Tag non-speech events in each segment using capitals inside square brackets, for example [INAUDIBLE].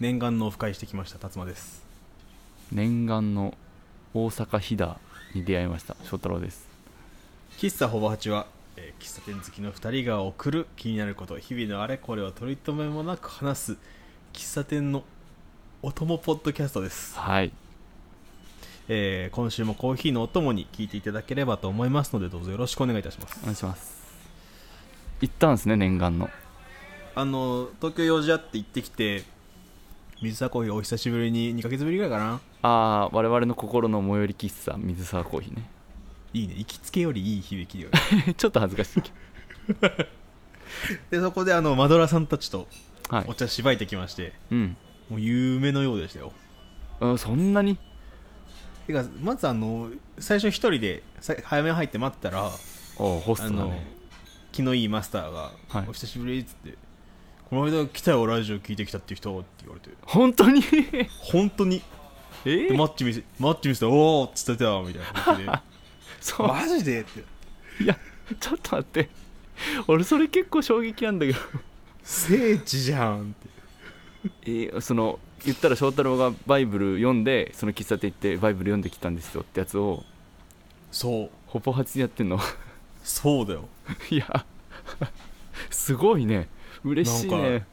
念願のオフ会してきました辰馬です念願の大阪飛騨に出会いました翔太郎です喫茶ほぼ八は、えー喫茶店好きの2人が送る気になること日々のあれこれを取り留めもなく話す喫茶店のお供ポッドキャストです、はいえー今週もコーヒーのお供に聞いていただければと思いますのでどうぞよろしくお願いいたしますお願いします行ったんですね念願のあの東京用事あって行ってきて水沢コーヒーお久しぶりに2ヶ月ぶりぐらいかなああ我々の心の最寄り喫茶水沢コーヒーね [LAUGHS] いいね行きつけよりいい響きよ [LAUGHS] ちょっと恥ずかしいけりでそこであのマドラーさんたちとどはいお茶しばいてきまして、うんもう夢のようでしたよあそんなにてかまずあの最初一人でさ早めに入って待ってたらおホスあトだのね気のいいマスターが「はいお久しぶり」っつって「この間来たよラジオ聞いてきたっていう人」って言われて本当 [LAUGHS] に本当にえでマッチ見せマッチ見せたら「おお!」っつってたみたいな感じでそ [LAUGHS] うマジでっていやちょっと待って俺それ結構衝撃なんだけど聖地じゃんってえーその言ったら翔太郎がバイブル読んでその喫茶店行ってバイブル読んできたんですよってやつをそうほぼ初でやってんのそうだよいやすごいね嬉しいなんねかい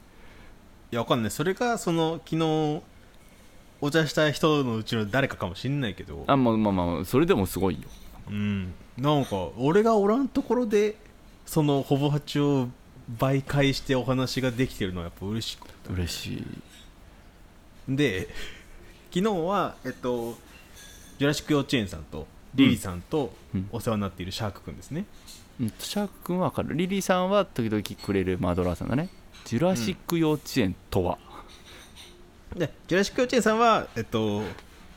やわかんないそれがその昨日お茶した人のうちの誰かかもしんないけどあまあまあまあそれでもすごいようんなんか俺がおらんところでそのほぼ八を媒介してお話ができてるのはやっぱ嬉しく嬉しいで昨日はえっとジュラシック幼稚園さんとリリーさんとうんお世話になっているシャークくんですね、うんシャーク君はわかるリリーさんは時々くれるマドラーさんだねジュラシック幼稚園とは、でジュラシック幼稚園さんはえっと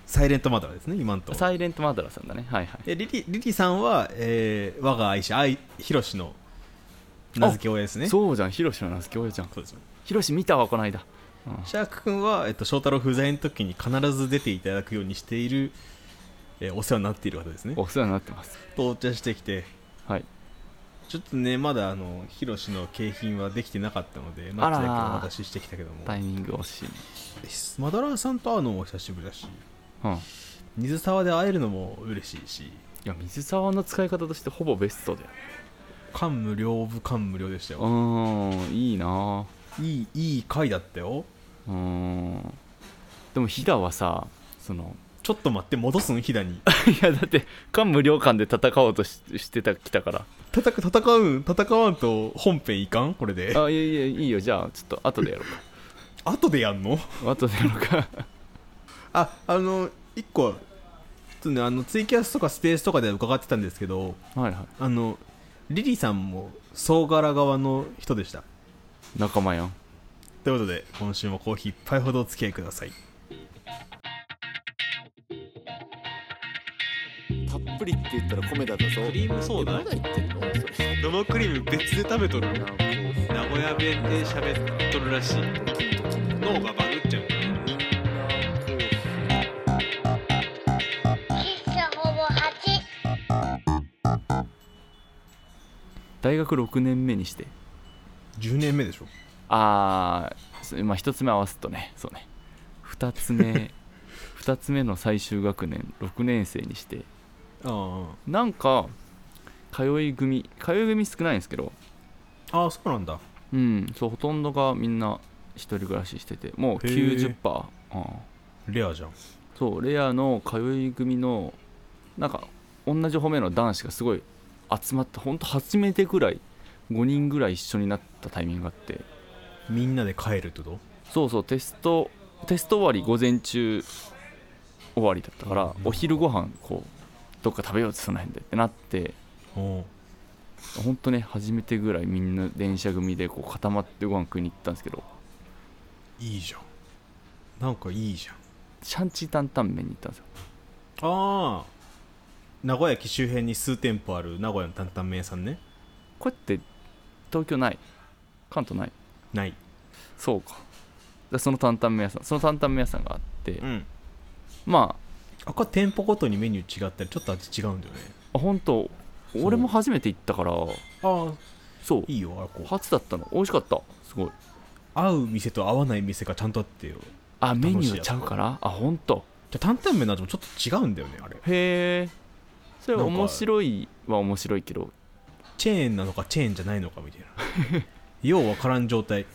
サイレントマダラですね今んとこサイレントマドラーさんだねはいはいでリリリリさんは、えー我が愛車愛ひろしの名付け親ですねうそうじゃんヒロシの名付け親じゃんそうですよヒロシ見たわこの間、うんシャーク君は、えっと、翔太郎不在の時に必ず出ていただくようにしている、えーお世話になっている方ですねお世話になってます到着してきてはいちょっとねまだあのヒロシの景品はできてなかったのでマッチだけお渡ししてきたけどもタイミング惜しいねマダラーさんと会うのも久しぶりだしうんい水沢で会えるのも嬉しいしや水沢の使い方としてほぼベストだよ感無量部感無量でしたうよーんいいなあいいいい回だったようーんでも飛騨はさそのちょっと待って戻すん飛騨に [LAUGHS] [LAUGHS] いやだって感無量感で戦おうとししてたきたから戦戦うん戦わんと本編いかんこれであいやいやいいよじゃあちょっと後でやろう後でやんの [LAUGHS] か後でやろうかああの一個ちょっとねあのツイキャスとかスペースとかで伺ってたんですけどはいはあのリリーさんも総柄側の人でしたい仲間やんということで今週もコーヒー一杯ほどお付き合いくださいたっぷりって言ったら米だとそうリームソーダまだ言ってんのそれ生クリーム別で食べとる名古屋弁で喋っとるらしい脳がバグっちゃう喫茶ほぼ8。大学6年目にして10年目でしょああまあ1つ目合わすとねそうね2つ [LAUGHS] 目2つ目の最終学年6年生にしてあなんか通い組通い組少ないんですけどあああそうなんだうんそうほとんどがみんな一人暮らししててもうへー90%ああレアじゃんそうレアの通い組のなんか同じ褒めの男子がすごい集まってほんと初めてぐらい5人ぐらい一緒になったタイミングがあってみんなで帰るってこそうそうテストテスト終わり午前中終わりだったからお昼ご飯こうどっか食べようってその辺でってなってとおうほんとね初めてぐらいみんな電車組でこう固まってご飯食いに行ったんですけどいいじゃんなんかいいじゃんシャンチータンタンメンに行ったんですよああ名古屋駅周辺に数店舗ある名古屋の担々麺屋さんねこれって東京ない関東ないないそうかでその担々麺屋さんその担々麺屋さんがあって、んまあこれ店舗ごとにメニュー違ったりちょっと味違うんだよねあ本当う俺も初めて行ったからああそういいよあこう初だったの美味しかったすごい合う店と合わない店がちゃんとあってよあメニュ楽しいーやつちゃうからあ本当じゃ担々麺の味もちょっと違うんだよねあれへえそれなんか面白いは面白いけどチェーンなのかチェーンじゃないのかみたいな [LAUGHS] ようわからん状態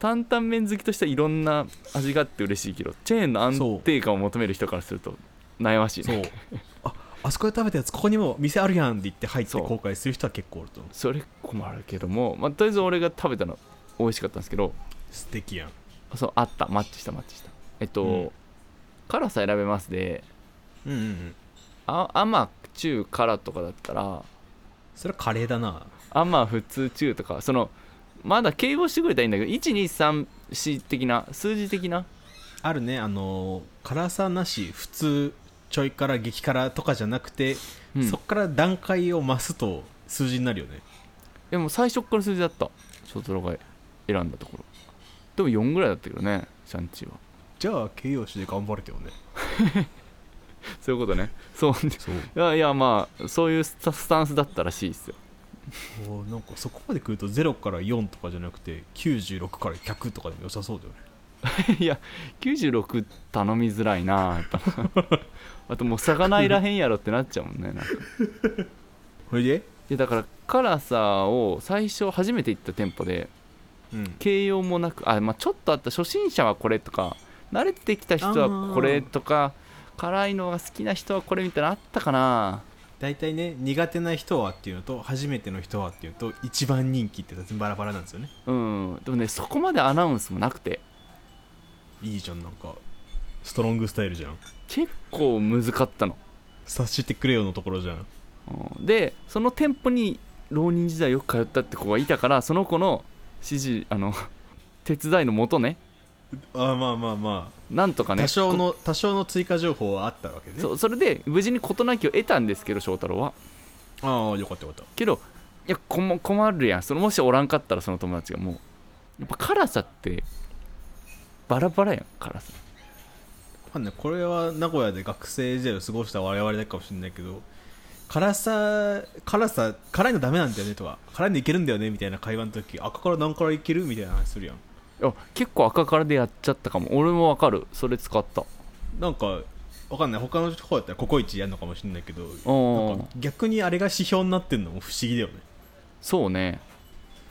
担々麺好きとしてはいろんな味があって嬉しいけどチェーンの安定感を求める人からすると悩ましいそねうああそこで食べたやつここにも店あるやんって言って入ってそう後悔する人は結構おると思うそれ困るけども、まあ、とりあえず俺が食べたの美味しかったんですけど素敵やんそうあったマッチしたマッチしたえっと、うん辛さ選べますでうんうんうんあ甘中辛とかだったらそれはカレーだな甘普通中とかそのまだ形容してくれたらいいんだけど1234的な数字的なあるねあのー辛さなし普通ちょい辛激辛とかじゃなくて、うんそっから段階を増すと数字になるよねでも最初っから数字だった翔太郎が選んだところでも4ぐらいだったけどねシャンチーはじゃあ形容詞で頑張れてよねそういうことねそうそういやいやまあそういうスタスタンスだったらしいですよおーなんかそこまで来ると0から4とかじゃなくて96から100とかでも良さそうだよねいや96頼みづらいなやっぱ [LAUGHS] あともう魚いらへんやろってなっちゃうもんねなんかそれででだから辛さを最初初めて行った店舗でうん形容もなくあ、まあ、ちょっとあった初心者はこれとか慣れてきた人はこれとか辛いのが好きな人はこれみたいなのあったかな大体ね苦手な人はっていうのと初めての人はっていうのと一番人気って全然バラバラなんですよねうんでもねそこまでアナウンスもなくていいじゃんなんかストロングスタイルじゃん結構難かったの、察してくれよのところじゃんうんでその店舗に浪人時代よく通ったって子がいたからその子の指示あの [LAUGHS] 手伝いのもとねあーまあまあまあなんとかね多少の多少の追加情報はあったわけねそうそれで無事に事なきを得たんですけど翔太郎はああよかったよかっけどいやこも困るやんそのもしおらんかったらその友達がもうやっぱ辛さってバラバラやん辛さた、まあね、これは名古屋で学生時代を過ごした我々だかもしれないけど辛さ辛さ辛いのダメなんだよねとか辛いのいけるんだよねみたいな会話の時赤から何からいけるみたいな話するやんいや結構赤からでやっちゃったかも俺もわかるそれ使ったなんかわかんない他の方だったらココイチやるのかもしれないけどおなーんか逆にあれが指標になってんのも不思議だよねそうね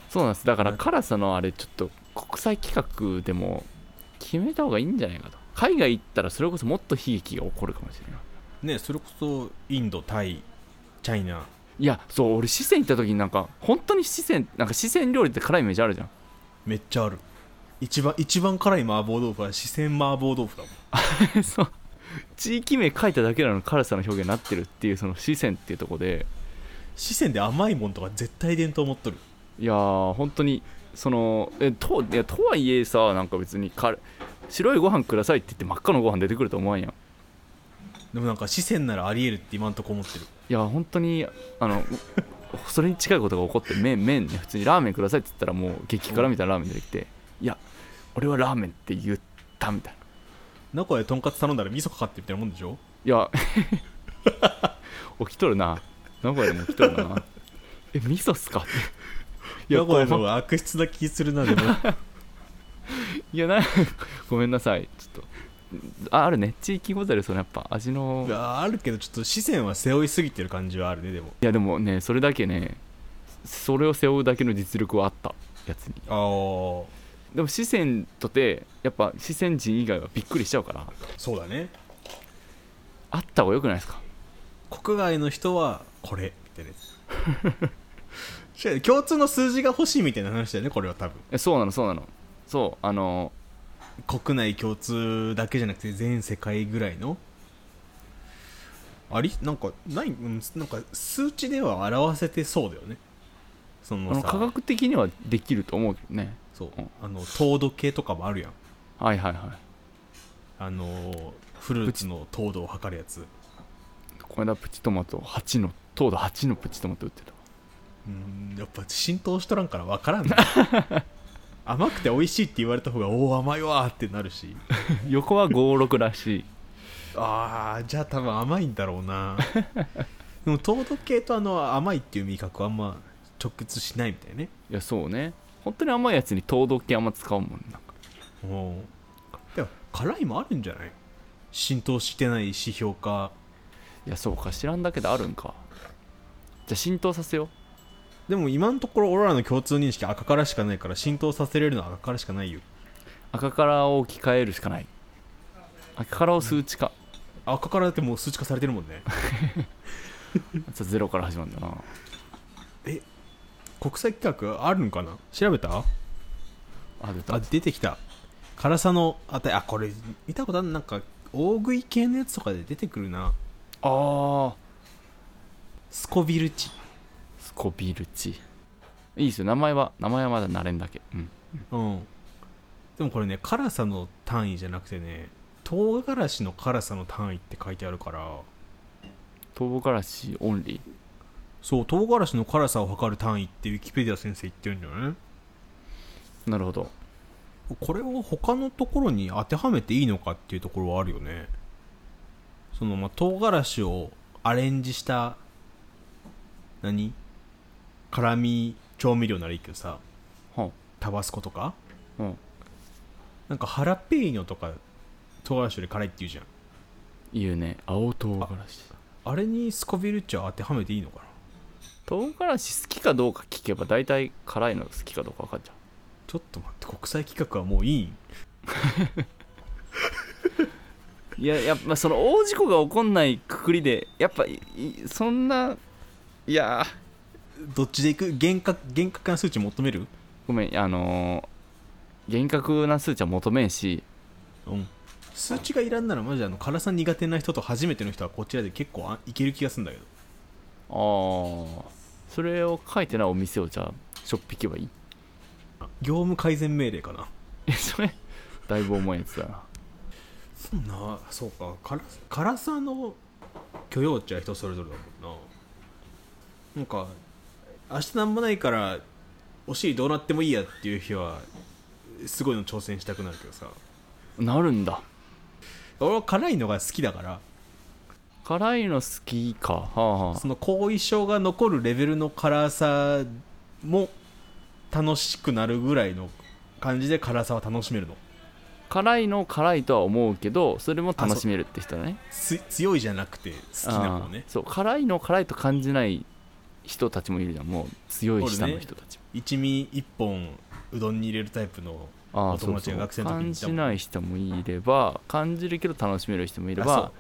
そうなんですだから辛さのあれちょっと国際企画でも決めた方がいいんじゃないかと海外行ったらそれこそもっと悲劇が起こるかもしれないねそれこそインドタイチャイナいやそう俺四川行った時になんか本当に四川なんか四川料理って辛いイメージあるじゃんめっちゃある一番一番辛い麻婆豆腐は四川麻婆豆腐だもん [LAUGHS] そう地域名書いただけなのに辛さの表現になってるっていうその視線っていうとこで四川で甘いもんとか絶対伝統持っとるいやー本当にそのえといやとはいえさなんか別にか白いご飯くださいって言って真っ赤のご飯出てくると思わんやんいでもなんか四川ならありえるって今んとこ思ってるや本当にあの [LAUGHS] それに近いことが起こって麺麺ね普通にラーメンくださいって言ったらもう激辛みたいなラーメン出てきていや俺はラーメンって言ったみたいな名古屋でとんかつ頼んだら味噌かかってみたいなもんでしょいや [LAUGHS] 起きとるな名古屋でも起きとるなえ味噌っすかってい [LAUGHS] 名や古屋の方が悪質な気するなでも [LAUGHS] いやなごめんなさいちょっとああるね地域ござるそのやっぱ味のいやあるけどちょっと四川は背負いすぎてる感じはあるねでもいやでもねそれだけねそれを背負うだけの実力はあったやつにああでも四川とてやっぱ四川人以外はびっくりしちゃうからそうだねあった方がよくないですか国外の人はこれみたいなやつ違う共通の数字が欲しいみたいな話だよねこれは多分えそうなのそうなのそうあの国内共通だけじゃなくて全世界ぐらいのありなんかないうんなんか数値では表せてそうだよねそあののさ科学的にはできると思うけどねそううんあの糖度計とかもあるやんはいはいはいあのーフルーツの糖度を測るやつ、この間プチトマト8の糖度8のプチトマト売ってたうんやっぱ浸透しとらんから分からんね甘くて美味しいって言われた方がおお甘いわーってなるし [LAUGHS] 横は56らしいああじゃあ多分甘いんだろう [LAUGHS] なでも糖度計とあの甘いっていう味覚はあんま直結しないみたいねいやそうね本当に甘いやつに糖度計あんま使うもんなんかもうでも辛いもあるんじゃない浸透してない指標かいやそうか知らんだけどあるんかじゃあ浸透させようでも今のところ俺らの共通認識赤からしかないから浸透させれるのは赤からしかないよ赤からを置き換えるしかない赤からを数値化赤からだってもう数値化されてるもんねそうゼロから始まるんだな [LAUGHS] 国際規格あるんかな調べたあ出たあ出てきた辛さの値あこれ見たことあるなんか大食い系のやつとかで出てくるなあースコビル値スコビルチいいですよ名前は名前はまだ慣れんだけうんうんでもこれね辛さの単位じゃなくてね唐辛子の辛さの単位って書いてあるから唐辛子オンリーそう唐辛子の辛さを測る単位ってウィキペディア先生言ってるんじゃないなるほどこれを他のところに当てはめていいのかっていうところはあるよねそのまあ唐辛子をアレンジした何辛味調味料ならいいけどさはタバスコとかあうんなんかハラペーニョとか唐辛子より辛いって言うじゃん言うね青唐辛子あれにスコビルチャー当てはめていいのかな唐辛子好きかどうか聞けば大体辛いの好きかどうか分かっちゃうちょっと待って国際企画はもういいんいややっぱその大事故が起こんないくくりでやっぱいいそんないやーどっちでいく厳格厳格な数値求めるごめんあのー厳格な数値は求めんしうん数値がいらんならマジであの辛さ苦手な人と初めての人はこちらで結構あいける気がするんだけどあーそれを書いてないお店をじゃあしょっぴけばいい [LAUGHS] 業務改善命令かなえそれだいぶ重いやつだなそんなそうか辛さ辛さの許容値は人それぞれだもんななんか明日なんもないからお尻どうなってもいいやっていう日はすごいの挑戦したくなるけどさなるんだ俺は辛いのが好きだから辛いの好きかはあ、はその後遺症が残るレベルの辛さも楽しくなるぐらいの感じで辛さは楽しめるのあ、辛いの辛いとは思うけどそれも楽しめるって人だねつ強いじゃなくて好きなものねあーそう辛いの辛いと感じない人たちもいるじゃんもう強い舌おるのね人たちも、一味一本うどんに入れるタイプのあおあそ友う達そがう学生の時に感いたじもんない人もいれば感じるけど楽しめる人もいれあそうば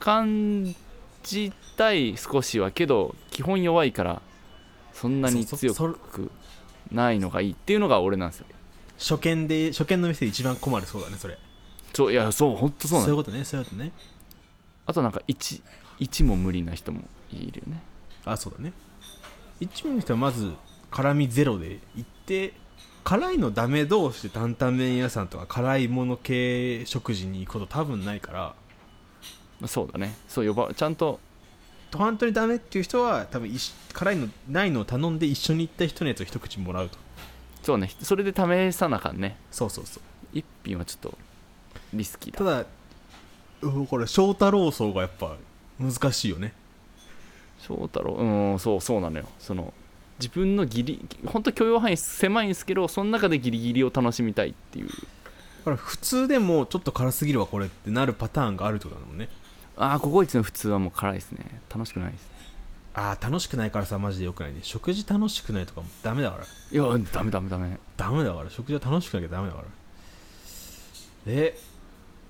感じたい少しはけど基本弱いからそんなにそそ強それくないのがいいっていうのが俺なんですよ初見で初見の店で一番困るそうだねそれそういやそう本当そうないうのことねそういうことねあとなんか1一も無理な人もいるよねあそうだね一味の人はまず辛みゼロで行って辛いのダメ同士で担々麺屋さんとか辛いもの系食事に行くこと多分ないからまあそうだねそう呼ばちゃんと本当にダメっていう人は多分一緒辛いのないのを頼んで一緒に行った人のやつを一口もらうとそうねそれで試さなあかんねそうそうそう一品はちょっとリスキーただだうんこれ翔太郎層がやっぱ難しいよね翔太郎うんそうそうなのよその自分のギリ本当許容範囲狭いんですけどその中でギリギリを楽しみたいっていうだから普通でもちょっと辛すぎるわこれってなるパターンがあるってことだもんねああココイチの普通はもう辛いですね楽しくないですねああ楽しくないからさマジでよくないね食事楽しくないとかもダメだからいやダメダメダメダメだから食事は楽しくなきゃダメだからえ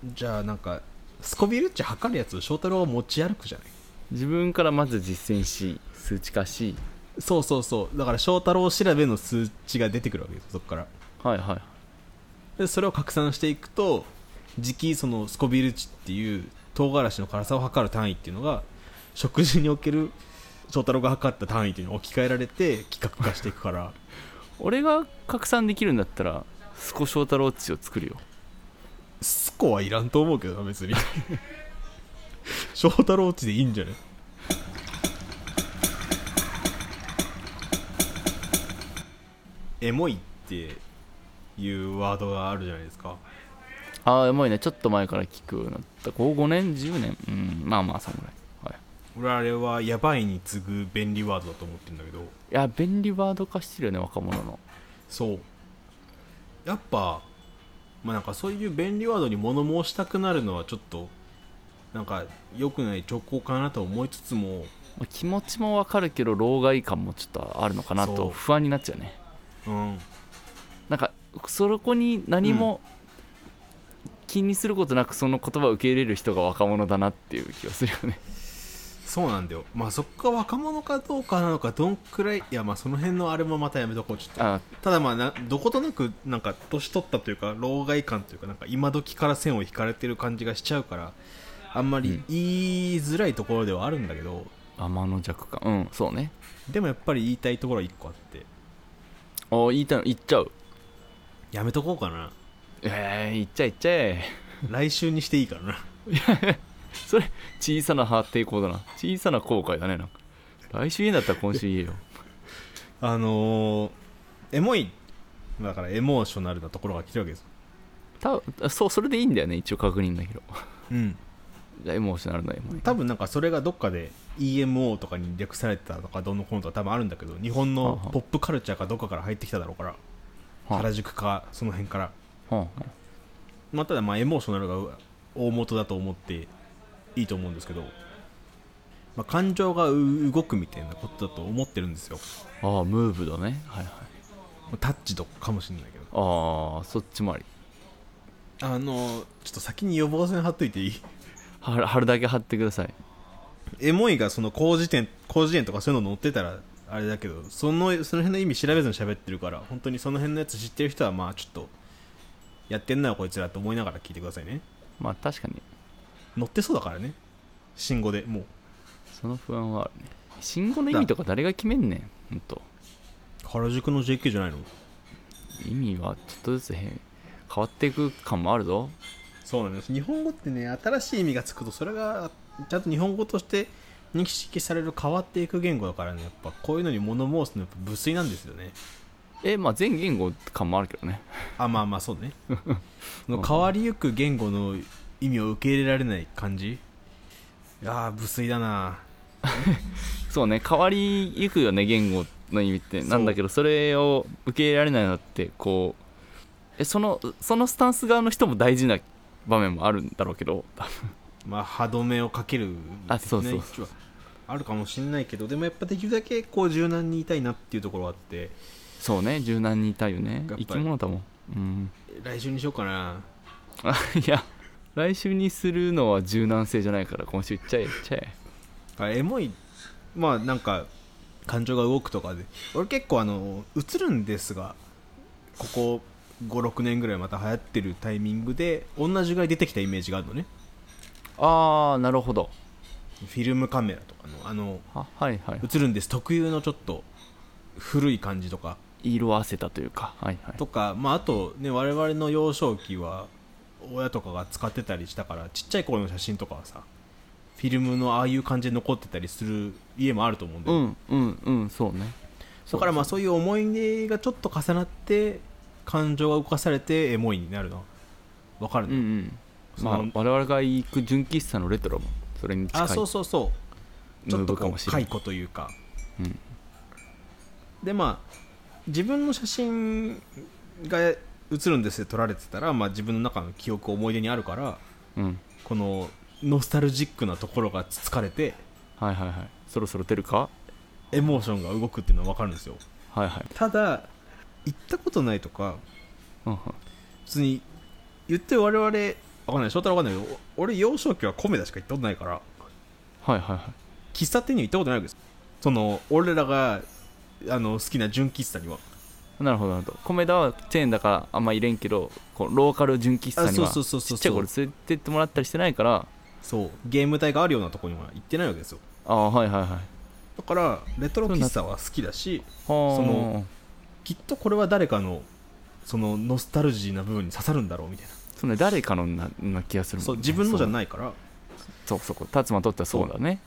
じゃあなんかスコビルッチ測るやつを翔太郎は持ち歩くじゃない自分からまず実践し数値化しそうそうそうだから翔太郎調べの数値が出てくるわけですそこからはいはいでそれを拡散していくと時期そのスコビル値っていう唐辛子の辛さを測る単位っていうのが食事における翔太郎が測った単位っていうのに置き換えられて企画化していくから俺が拡散できるんだったらスコ翔太郎っちを作るよスコはいらんと思うけどな別に翔太郎値でいいんじゃないエモいっていうワードがあるじゃないですかああもうねちょっと前から聞くようになったここ5年10年うんまあまあそのぐらい、はい、俺あれはやばいに次ぐ便利ワードだと思ってるんだけどいや便利ワード化してるよね若者のそうやっぱまあなんかそういう便利ワードに物申したくなるのはちょっとなんか良くない直行かなと思いつつもまあ気持ちもわかるけど老害感もちょっとあるのかなそうと不安になっちゃうねうんなんかそこに何も気にすることなくその言葉を受け入れる人が若者だなっていう気がするよ [LAUGHS] ねそうなんだよまあそこが若者かどうかなのかどんくらいいやまあその辺のあれもまたやめとこうちょっとあただまあなどことなくなんか年取ったというか老害感というかなんか今時から線を引かれてる感じがしちゃうからあんまり言いづらいところではあるんだけど、天の弱感うんそうねでもやっぱり言いたいところは1個あってあ言いたいの言っちゃうやめとこうか [LAUGHS] なえー、言っちゃえ言っちゃえ来週にしていいからなそれ小さなハ抵抗だな小さな後悔だねなんか来週言えんだったら今週言えよあのー、エモいだからエモーショナルなところが来てるわけですたそうそれでいいんだよね一応確認だけどうんじゃあエモーショナルのエモい多分なんかそれがどっかで EMO とかに略されてたとかどうのこうのとか多分あるんだけど日本はあのはあポップカルチャーかどっかから入ってきただろうから原宿かその辺からはあまあ、ただまあエモーショナルが大元だと思っていいと思うんですけど、まあ、感情がう動くみたいなことだと思ってるんですよああムーブだねはいはいタッチとかかもしれないけどああそっちもありあのちょっと先に予防線貼っといてい [LAUGHS] い貼る貼るだけ貼ってくださいエモいがその高次点高次点とかそういうの載ってたらあれだけどそのその辺の意味調べずに喋ってるから本当にその辺のやつ知ってる人はまあちょっとやってんなよこいつらと思いながら聞いてくださいねまあ確かに載ってそうだからね新語でもうその不安はあるね信号の意味とか誰が決めんねんほんと原宿の JK じゃないの意味はちょっとずつ変変わっていく感もあるぞそうなんです日本語ってね新しい意味がつくとそれがちゃんと日本語として認識される変わっていく言語だからねやっぱこういうのに物申すのやっぱ無粋なんですよねえまあ全言語感もあるけどねあまあまあそうねその変わりゆく言語の意味を受け入れられない感じいやー無粋だなそうね変わりゆくよね言語の意味ってそうなんだけどそれを受け入れられないのってこうえそのそのスタンス側の人も大事な場面もあるんだろうけ [LAUGHS] どまあ歯止めをかけるあそうそう的な一致はあるかもしれないけどでもやっぱできるだけこう柔軟に言いたいなっていうところはあってそうね柔軟にいたいよねやっぱり生き物だもんうん [LAUGHS] 来週にしようかなあいや来週にするのは柔軟性じゃないから今週いっちゃえいっちゃえあエモいまあなんか感情が動くとかで俺結構あの映るんですがここ56年ぐらいまた流行ってるタイミングで同じぐらい出てきたイメージがあるのねああなるほどフィルムカメラとかのあのははいはい映るんです特有のちょっと古い感じとか色あせたというかはいはいとか、まあ、あとね我々の幼少期は親とかが使ってたりしたからちっちゃい頃の写真とかはさフィルムのああいう感じで残ってたりする家もあると思うんだうよ、んうんうんそうねだからまあそういう思い出がちょっと重なって感情が動かされてエモいになるのわかるうんうの、んそまあの我々が行く純喫茶のレトロもそれに近いあそうそうそうちょムーっとブかこもしうれない解雇というか、うんでまあ自分の写真が写るんですよ撮られてたら、まあ、自分の中の記憶思い出にあるからうんこのノスタルジックなところがつつかれてはいはいはいそろそろ出るかエモーションが動くっていうのはわかるんですよはいはい、ただ行ったことないとかうんうん、普通に言って我々わかんない翔太郎わかんないけどお俺幼少期は米田しか行ったことないからはいはいは喫茶店には行ったことないわけですその俺らがあの好きな純喫茶にはいなるほどなるほど米田はチェーンだからあんま入れんけどこうローカル純喫茶あにそうはそうそうそうちっちゃい頃連れてってもらったりしてないからそうゲーム体があるようなところには行ってないわけですよああはいはいはいはだからレトロ喫茶は好きだしそのきっとこれは誰かのそのノスタルジーな部分に刺さるんだろうみたいなそうね誰かのなな気がするもん、ね、そう自分のじゃいないからそうそうそう達馬にとってはそうだね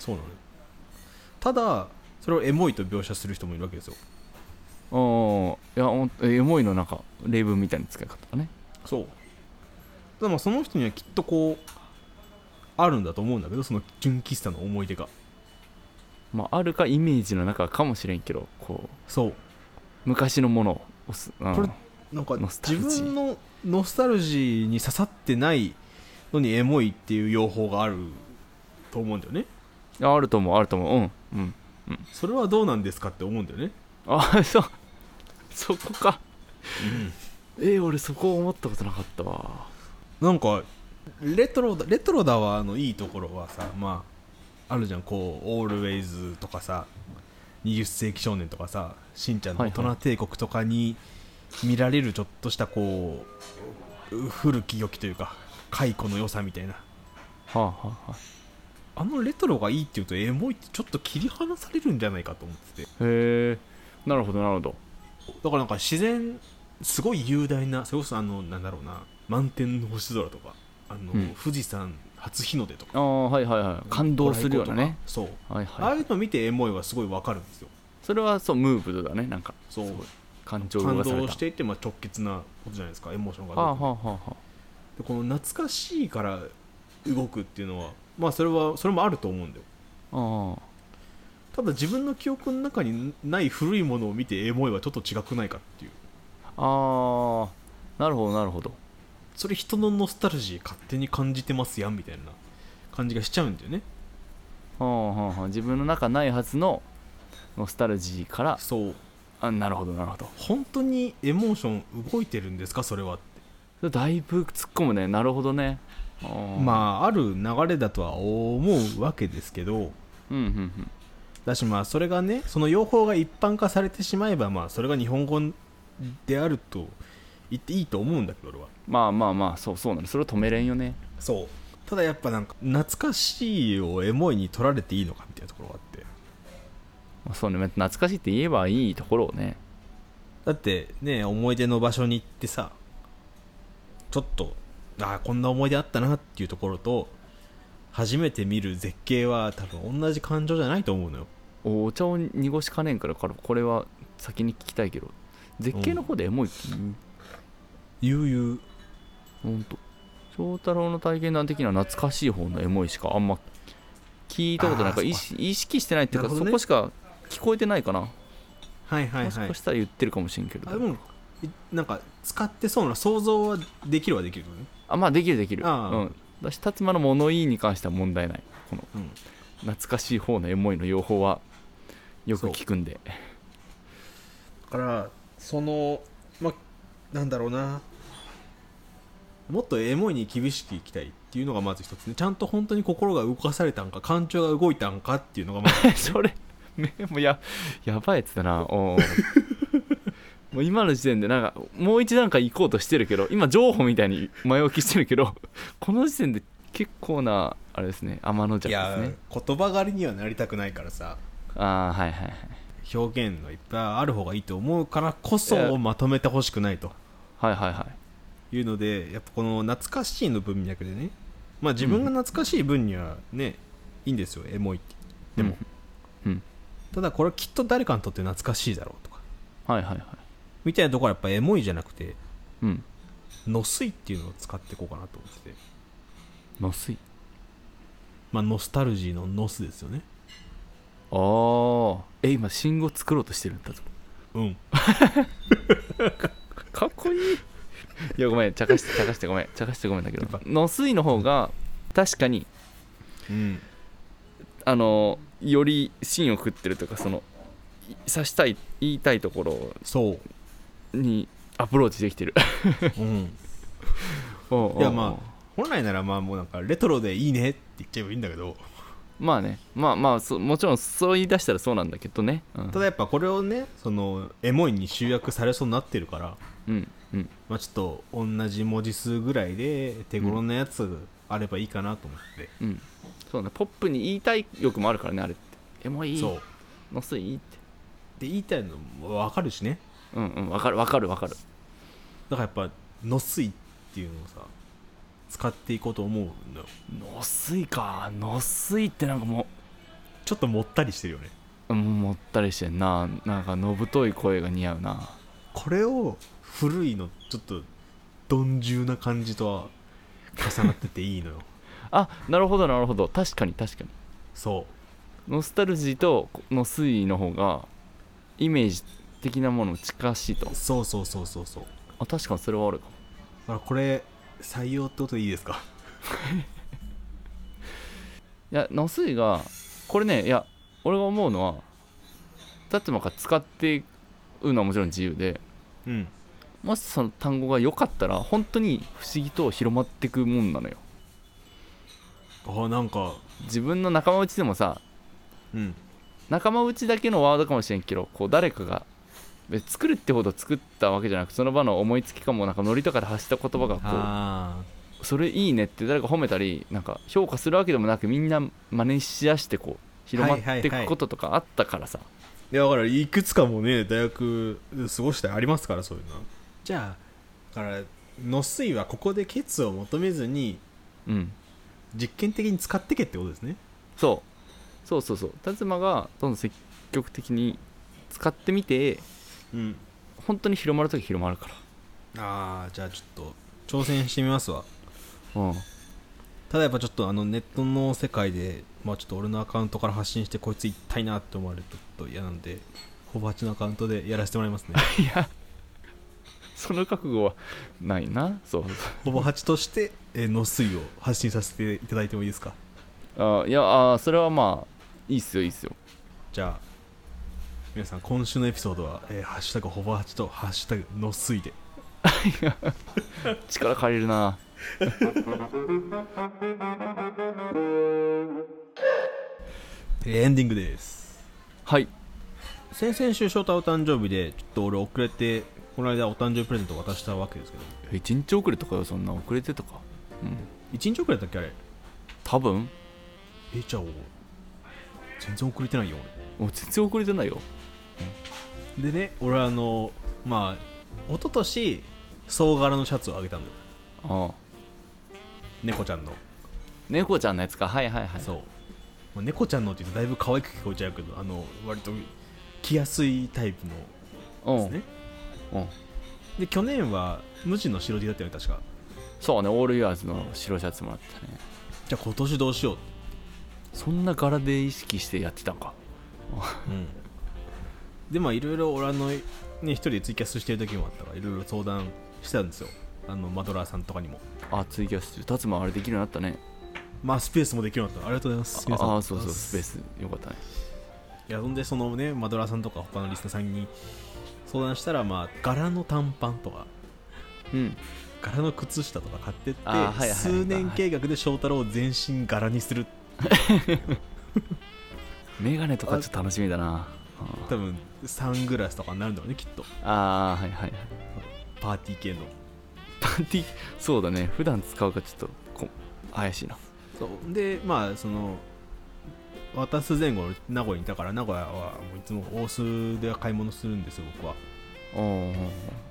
そうなのよただそれをエモいと描写する人もいるわけですよおーいやほんエモいのなんか例文みたいな使い方がねそうただまあその人にはきっとこうあるんだと思うんだけどその純喫茶の思い出がまあ、あるかイメージの中かもしれんけどこうそう昔のものを押す、うんこれなんかノスタ自ルジー分のノスタルジーに刺さってないのにエモいっていう用法があると思うんだよねああると思うあると思ううんうんそれはどうなんですかって思うんだよねあそうそこか、えー俺そこ思ったことなかったわなんかレトロだレトロだわのいいところはさまああるじゃんこう「オールウェイズ」とかさ「20世紀少年」とかさ「しんちゃんの大はいは人帝国」とかに見られるちょっとしたこうう古き良きというか解雇の良さみたいなはあはあはああのレトロがいいっていうとエモいってちょっと切り離されるんじゃないかと思っててへえなるほどなるほどだからなんか自然すごい雄大なそれこそあのなんだろうな満天の星空とかあの、うん富士山初日の出とかああはいはいはい感動するようなねそうはいああはいいうの見てエモいはすごいわかるんですよそれはそうムーブドだねなんかそう感情を感動かされ動たしていって、まあ、直結なことじゃないですかエモーションがはあ動くはあはあはあでこの懐かしいから動くっていうのはまあそれはそれもあると思うんだよあーただ自分の記憶の中にない古いものを見てエモいはちょっと違くないかっていうあーなるほどなるほどそれ人のノスタルジー勝手に感じてますやんみたいな感じがしちゃうんだよねはあはあはあ自分の中ないはずのノスタルジーからそうあなるほどなるほど本当にエモーション動いてるんですかそれはってそれだいぶ突っ込むねなるほどねあーまあある流れだとは思うわけですけどうんうんうんだしまあそれがねその用法が一般化されてしまえばまあそれが日本語であると言っていいと思うんだけど俺はまあまあまあそうそうなのそれを止めれんよねそうただやっぱなんか懐かしいをエモいに取られていいのかみたいなところがあってまあそうね懐かしいって言えばいいところをねだってね思い出の場所に行ってさちょっとああこんな思い出あったなっていうところと初めて見る絶景は多分同じ感情じゃないと思うのよおお茶を濁しかねんからからこれは先に聞きたいけど絶景の方でエモいって言う悠々ほんと翔太郎の体験談的には懐かしい方のエモいしかあんま聞いたことないかあーら意識意識してないっていうか、なるほどそねこしか聞こえてないかな、はいはいもしはいかしたら言ってるかもしれんけどあでもいなんか使ってそうな想像はできるはできるよねあまあできるできるあーうん私達馬の物言いに関しては問題ないこのうん懐かしい方のエモいの用法はよく聞くんでだからそのまなんだろうなもっとエモいに厳しくいきたいっていうのがまず一つねちゃんと本当に心が動かされたんか感情が動いたんかっていうのがまず [LAUGHS] それめもうややばいやつだな [LAUGHS] おうもう今の時点でなんかもう一段階行こうとしてるけど今情報みたいに前置きしてるけどこの時点で結構なあれですね天のい弱やですね言葉狩りにはなりたくないからさああはいはいはい表現がいっぱいある方がいいと思うからこいやそまとめてほしくないとはいはいはいいうのでやっぱこの懐かしいの文脈でねまあ自分が懐かしい分にはね、いいんですよエモいってでも、うんうんただこれきっと誰かにとって懐かしいだろうとかはいはいはいみたいなところはやっぱエモいじゃなくてうんのすいっていうのを使っていこうかなと思っててのすいまあノスタルジーのノスですよねああえ今信号作ろうとしてるんだぞうんかっこいいいやごめん茶化して茶化してごめん茶化してごめんだけどのすいの方が確かにうんあのより芯を食ってるとかそのい刺したい言いたいところそうにアプローチできてるうん [LAUGHS] おうおうおういやまあ本来ならまあもうなんかレトロでいいねって言っちゃえばいいんだけどまあねまあまあそもちろんそう言い出したらそうなんだけどねうんただやっぱこれをねそのエモいに集約されそうになってるからうんうんまあちょっと同じ文字数ぐらいで手頃なやつあればいいかなと思って、うんそうねポップに言いたい欲もあるからねあれってエモいそうのすいってで言いたいのもわかるしねうんうんわかるわかるわかるだからやっぱ「のすい」っていうのをさ使っていこうと思うのよのすいかのすいってなんかもちょっともったりしてるよねううんもったりしてんななんかのぶとい声が似合うなこれを古いのちょっと鈍重な感じとは重なってていいのよあなるほどなるほど確かに確かにそノスタルジーとの推移の方がイメージ的なものも近しいとうそうそうそうそうそうあ確かにそれはあるかもほらこれ採用ってことでいいですかいやノスイがこれねいや俺が思うのはタッチマンが使ってうのはもちろん自由でうんもしその単語が良かったら本当に不思議と広まってくもんなのよあーなんか自分の仲間内でもさうん仲間内だけのワードかもしれんけどこう誰かが別に作るってほど作ったわけじゃなくその場の思いつきかもなんかノリとかで発した言葉がこあうそれいいねって誰か褒めたりなんか評価するわけでもなくみんな真似しやしてこう広まっていくこととかあったからさ、あいやだからいくつかもね大学で過ごしたりありますからそういうのはじゃあだからのすいはここでケツを求めずにうん実験的に使ってけってことですねそうそうそうそう辰馬がどんどん積極的に使ってみてうん本当に広まる時広まるかああじゃあちょっと挑戦してみますわらうんただやっぱちょっとあのネットの世界で、まあ、ちょっと俺のアカウントから発信してこいつ一体なって思われるとちょっと嫌なんでほぼ8のアカウントでやらせてもらいますねその覚悟はないなそうほぼ8として、えー、のすいを発信させていただいてもいいですかあいやあそれはまあいいっすよいいっすよじゃあ皆さん今週のエピソードは「えーハッシュタグほぼ8」と「ハッシュタグのすい」で力借りるなえーエンディングですはい先々週翔太お誕生日でちょっと俺遅れてこの間お誕生日プレゼント渡したわけですけど一日遅れとかよそんな遅れてとかうん1日遅れたっけあれ多分えじゃあ全然遅れてないよもう全然遅れてないよ俺でね俺あのまあ一昨年総柄のシャツをあげたんだよああ猫ちゃんの猫ちゃんのやつかはいはいはいそう、まあ猫ちゃんのって言うとだいぶ可愛く聞こえちゃうけどあの割と着やすいタイプのうでんすねうんで去年は無地の白 T だったよね確かそうねオールイヤーズの白シャツもらったねじゃあ今年どうしようそんな柄で意識してやってたんかうんでまあいろいろ俺あのね一人でツイキャスしてる時もあったからいろいろ相談してたんですよあのマドラーさんとかにもあツイキャス達馬あれできるようになったねまあスペースもできるようになったありがとうございます皆さんああそうそうスペースよかったねいやほんでそのねマドラーさんとか他のリスナーさんに相談したらまあ柄の短パンとかうん柄の靴下とか買ってって、あーはいはいはい数年計画で翔太郎を全身柄にするメガネとかちょっと楽しみだな多分サングラスとかになるんだろうねきっとああーはいはいはいパーティー系のパーティーそうだね普段使うかちょっとこ怪しいなそうでまあその渡す前後俺名古屋にいたから名古屋はもういつも大須で買い物するんですよ僕はおお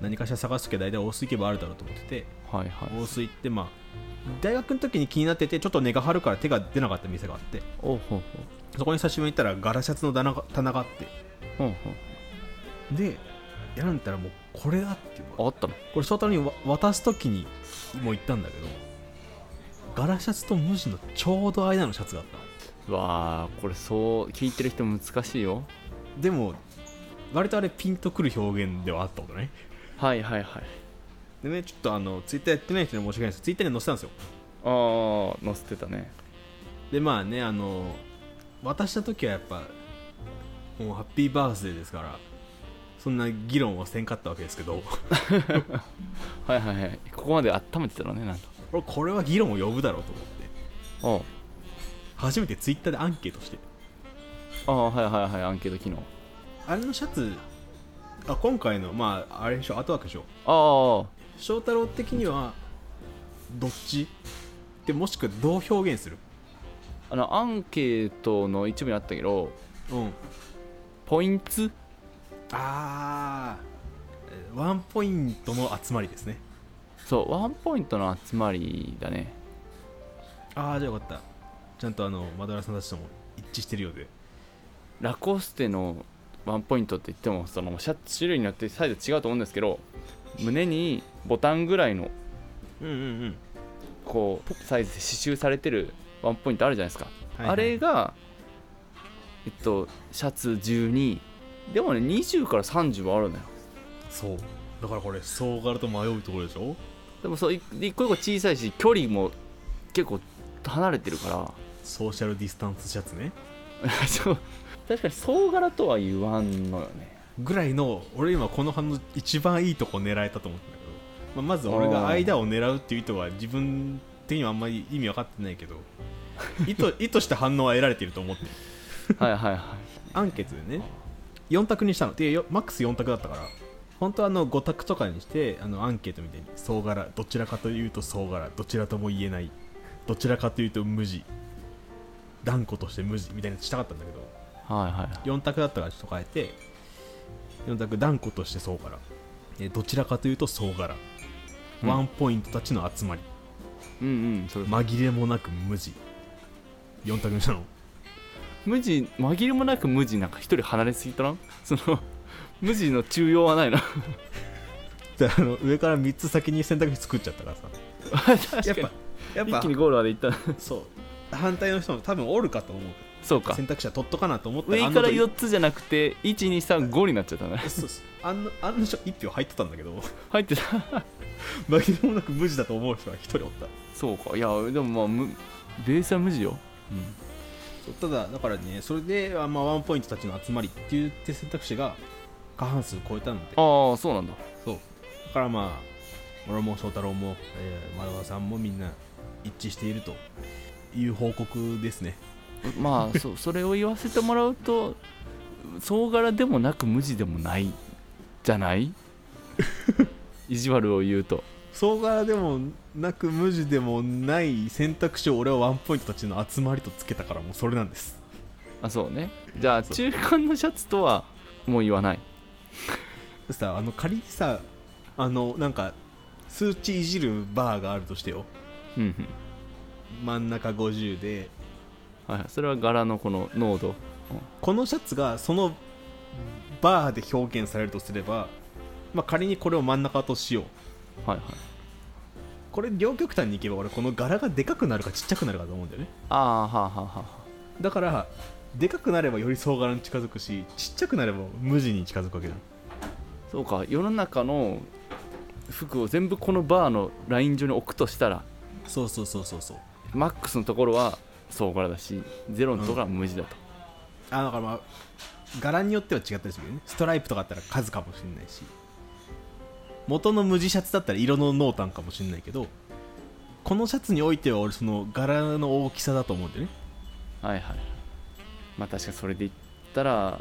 何かしら探すけど大体大須行けばあるだろうと思っててはいはい大須行ってまあ大学の時に気になっててちょっと根が張るから手が出なかった店があっておうほうそこに久しぶりに行ったらガラシャツの棚が棚があっほうほうてでやらんたらもうこれだっていうのほがうあったのこれ翔太郎にわ渡す時にもう言ったんだけどガラシャツと無地のちょうど間のシャツがあったのうわーこれそう聞いてる人難しいよでも割とあれピンとくる表現ではあったことねはいはいはいでねちょっとあのツイッターやってない人には申し訳ないですツイッターに載せたんですよああ載せてたねでまあねあの渡した時はやっぱもうハッピーバースデーですからそんな議論はせんかったわけですけど [LAUGHS] はいはいはいここまで温めてたのねなんと俺これは議論を呼ぶだろうと思っておう初めてツイッターでアンケートしてああはいはいはいアンケート機能あれのシャツあ今回のまああれでしょ後枠でしょああ翔太郎的にはどっちでもしくはどう表現するあのアンケートの一部にあったけどうんポイントあーワンポイントの集まりですねそうワンポイントの集まりだねああじゃあよかったちゃんとあのマドラーさんたちとも一致してるようでラコステのワンポイントって言ってもそのシャツ種類によってサイズ違うと思うんですけど胸にボタンぐらいのうんうんうんこうサイズで刺繍されてるワンポイントあるじゃないですか、はいはいあれがえっとシャツ12でもね20から30はあるのよそうだからこれ総柄と迷うところでしょでもそうい一個一個小さいし距離も結構離れてるから [LAUGHS] ソーシャルディスタンスシャツねそう確かに総柄とは言わんのよねぐらいの俺今この班の一番いいとこ狙えたと思ったんだけど、まあ、まず俺が間を狙うっていう意図は自分的にはあんまり意味分かってないけど意図 [LAUGHS] 意図した反応は得られてると思ってるはいはいはいアンケートでね4択にしたのでよマックス4択だったから本当はあの5択とかにしてあのアンケートみたいに総柄どちらかというと総柄どちらとも言えないどちらかというと無地断固として無地みたいなのしたかったんだけどはいはい4択だったからちょっと変えて4択断固として総柄えどちらかというと総柄、うんワンポイントたちの集まりうんうんそれ紛れもなく無地4択にしたの無地紛れもなく無地なんか一人離れすぎたなその無地の中央はないなであの上から3つ先に選択肢作っちゃったからさ確かにやっぱやっ一ぱ気にゴールまでいったなそう反対の人も多分おるかと思うそうか選択肢は取っとかなと思った上からよ4つじゃなくて1235になっちゃったねそうそうあんあの人1票入ってたんだけど入ってた紛れもなく無事だと思う人が1人おったそうかいやでもまあむベースは無地よ、うん、そうただだからねそれであ、まあ、ワンポイントたちの集まりっていう選択肢が過半数超えたのでああそうなんだそうだからまあ俺も翔太郎も、えー、丸尾さんもみんな一致しているという報告ですねまあそうそれを言わせてもらうと総柄でもなく無地でもないじゃない [LAUGHS] 意地悪を言うと総柄でもなく無地でもない選択肢を俺はワンポイントたちの集まりとつけたからもうそれなんですあそうねじゃあそう中間のシャツとはもう言わないそしたらあの仮にさあのなんか数値いじるバーがあるとしてようんうん真ん中50ではいはいそれは柄のこの濃度このシャツがそのバーで表現されるとすれば、まあ、仮にこれを真ん中としようはいはいこれ両極端にいけば俺この柄がでかくなるかちっちゃくなるかと思うんだよねああはあはあはあだからでかくなればより総柄に近づくしちっちゃくなれば無地に近づくわけだそうか世の中の服を全部このバーのライン上に置くとしたらそうそうそうそうそうマックスのところは総柄だしゼロのところは無地だと、あだからまあ柄によっては違ったりするよねストライプとかあったら数かもしれないし元の無地シャツだったら色の濃淡かもしれないけどこのシャツにおいては俺その柄の大きさだと思うんでねはいはいまあ確かにそれで言ったら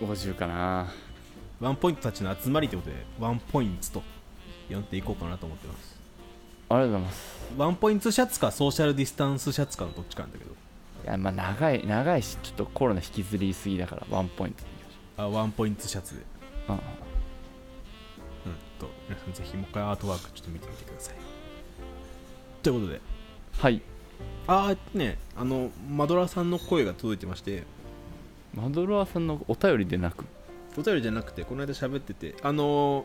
50かなワンポイントたちの集まりということでワンポイントと呼んでいこうかなと思ってますありがとうございますワンポイントシャツかソーシャルディスタンスシャツかのどっちかなんだけどいやまあ長い長いしちょっとコロナ引きずりすぎだからワンポイントでいきましあワンポイントシャツでょううんと皆さんぜひもう一回アートワークちょっと見てみてくださいということでうんはいあーえっとねあのマドラーさんの声が届いてましてマドロワさんのお便りでなくお便りじゃなくてこの間喋っててあの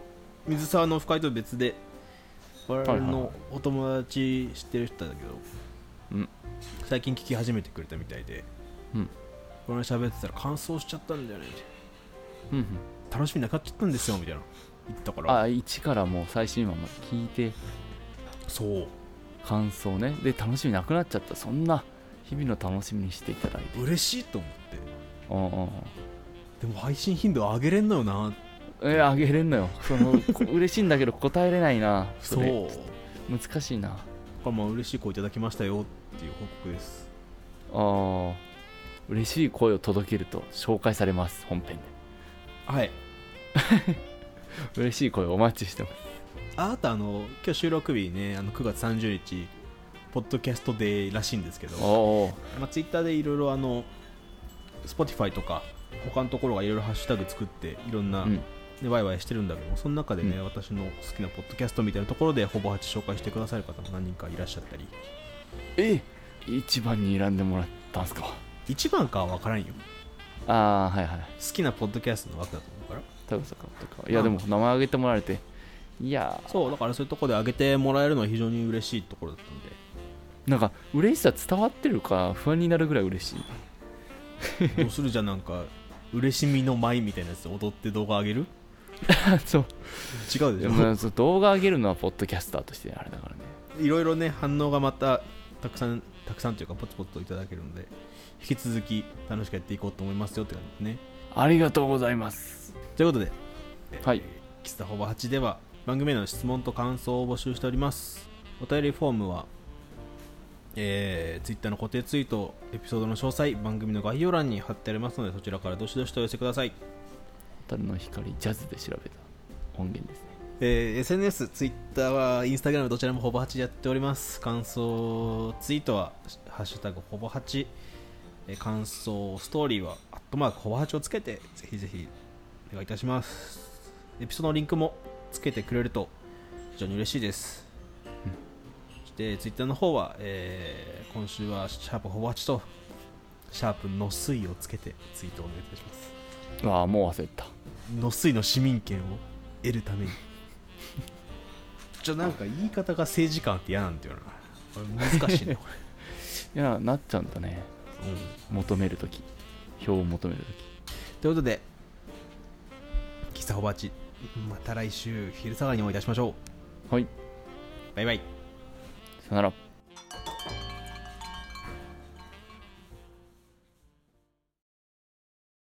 ー水沢のオフ会と別で我々のお友達知ってる人だけど、うん最近聞き始めてくれたみたいで、うんこの間喋ってたら乾燥しちゃったんだよねうんうん楽しみなかっちゃったんですよみたいな言ったからあ1からもう最新話まで聞いてそう感想ねで楽しみなくなっちゃったそんな日々の楽しみにしていただいて嬉しいと思ってうんうんうんでも配信頻度上げれんのよなえあげれんのよそのこ嬉しいんだけど答えれないなそうれこ難しいなれまあ嬉しい声いただきましたよっていう報告ですあー嬉しい声を届けると紹介されます本編はいで嬉しい声をお待ちしてますあなたあの今日収録日ねあの9月30日ポッドキャストデーらしいんですけど、おおまあ、ツイッターでいろいろあの Spotify とか他のところがいろいろハッシュタグ作っていろんな、うんねワイワイしてるんだけどその中でね、う私の好きなポッドキャストみたいなところでほぼ8紹介してくださる方も何人かいらっしゃったりえ一番に選んでもらったんすか一番かは分からんよああーはいはい好きなポッドキャストの枠だと思うから多分そうかとかいやでも名前挙げてもらえていやそうだからそういうところで上げてもらえるのは非常に嬉しいところだったのでーなんか嬉しさ伝わってるか不安になるぐらい嬉しいどうするじゃあなんか嬉しみの舞みたいなやつ踊って動画上げる [LAUGHS] そう違うでしでもょねそう動画上げるのはポッドキャスターとしてあれだからねいろいろね反応がまたたくさんたくさんというかポツポツといただけるので引き続き楽しくやっていこうと思いますよって感じですねありがとうございますということではい喫茶ほぼ8では番組への質問と感想を募集しておりますお便りフォームはえー、Twitter の固定ツイートエピソードの詳細番組の概要欄に貼ってありますのでそちらからどしどしとお寄せください、蛍の光ジャズで調べた音源ですねえー、SNS、Twitter は Instagram どちらもほぼ8やっております感想ツイートは「ハッシュタグほぼ8」えー感想ストーリーは「アットマークほぼ8」をつけてぜひぜひお願いいたしますエピソードのリンクもつけてくれると非常に嬉しいです、そしてツイッターの方は、えー今週はシャープほぼ8とシャープの水をつけてツイートをお願いいたしますああもう焦ったの水の市民権を得るためにちょなんか言い方が政治感って嫌なんだよなこ [LAUGHS] れ難しいねこいやなっちゃうんだねれ、うん求めるとき票を求めるときということで喫茶ほばちまた来週昼下がりにお会いいたしましょはいうバイバイさよなら